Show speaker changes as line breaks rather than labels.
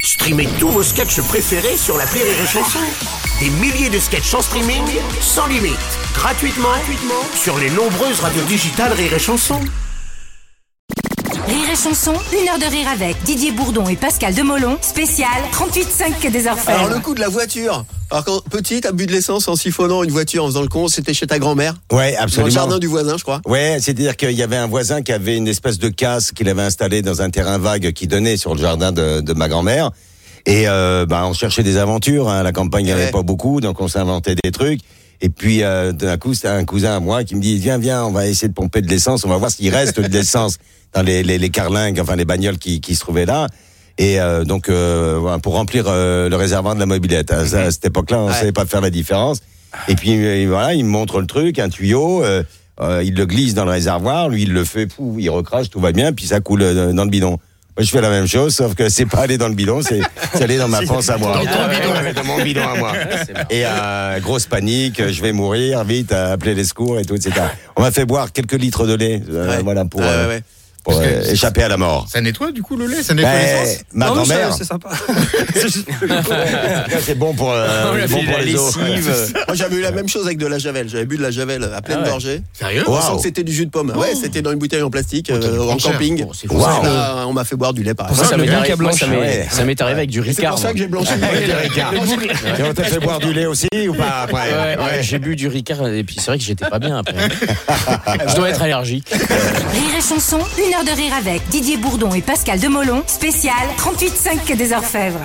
Streamez tous vos sketchs préférés sur la Rire et Chanson. Des milliers de sketchs en streaming, sans limite, gratuitement, gratuitement sur les nombreuses radios digitales Rire et Chanson.
Rire et chanson, une heure de rire avec Didier Bourdon et Pascal Demolon, spécial 38.5 que des orfèvres.
Alors le coup de la voiture. Alors quand petit, t'as bu de l'essence en siphonnant une voiture en faisant le con, c'était chez ta grand-mère.
Ouais,
Dans le
absolument.
jardin du voisin, je crois.
Ouais, c'est-à-dire qu'il y avait un voisin qui avait une espèce de casse qu'il avait installée dans un terrain vague qui donnait sur le jardin de, de ma grand-mère. Et euh, bah, on cherchait des aventures. hein. La campagne, il n'y
Ouais.
avait pas beaucoup, donc on s'inventait des trucs. Et puis, euh, d'un coup, c'était un cousin à moi qui me dit, viens, viens, on va essayer de pomper de l'essence, on va voir s'il reste de l'essence dans les, les, les carlingues, enfin les bagnoles qui, qui se trouvaient là. Et euh, donc, euh, voilà, pour remplir euh, le réservoir de la mobilette. hein. À, à cette époque-là, on
Ouais.
savait pas faire la différence. Et puis euh, voilà, il me montre le truc, un tuyau, euh, euh, il le glisse dans le réservoir, lui il le fait, pouf, il recrache, tout va bien, puis ça coule euh, dans le bidon. Moi, je fais la même chose, sauf que c'est pas aller dans le bidon, c'est c'est aller dans ma panse à moi.
ton bidon.
Ouais, dans mon bidon à moi. Et euh, grosse panique, euh, je vais mourir, vite, euh, appeler les secours et tout, etc. On m'a fait boire quelques litres de lait, euh,
Ouais.
voilà, pour,
Ah, ouais,
euh,
ouais.
pour,
Parce que
euh,
c'est-
échapper à la mort.
Ça nettoie du coup le lait, ça nettoie
Ben,
l'essence.
ma
Non, non, ça,
grand-mère,
C'est sympa.
c'est bon pour, euh,
On lui a
bon
filé
pour
la
les os.
lessive.
Moi j'avais eu la même chose avec de la javel. J'avais bu de la javel à pleine
Ah ouais.
gorgée.
Sérieux
Wow.
Pensant que c'était du jus de pomme. Ouais, c'était dans une bouteille en plastique euh, en
cher.
camping.
Bon, c'est
Pour ça,
Wow.
là, on m'a fait boire du lait par
Moi,
exemple.
ça
le
m'est
mec
arrivé,
à
moi, ça
blanchi.
Ouais.
m'est ça m'est arrivé avec du
C'est
Ricard.
pour ça que j'ai blanchi.
Et on t'a fait boire du lait aussi ou pas
moi.
après
Ouais, ouais, j'ai bu du Ricard et puis c'est vrai que j'étais pas bien après. hein. Je dois être allergique.
Rire et chanson, une heure de rire avec Didier Bourdon et Pascal Demolon, spécial 38.5 que des orfèvres.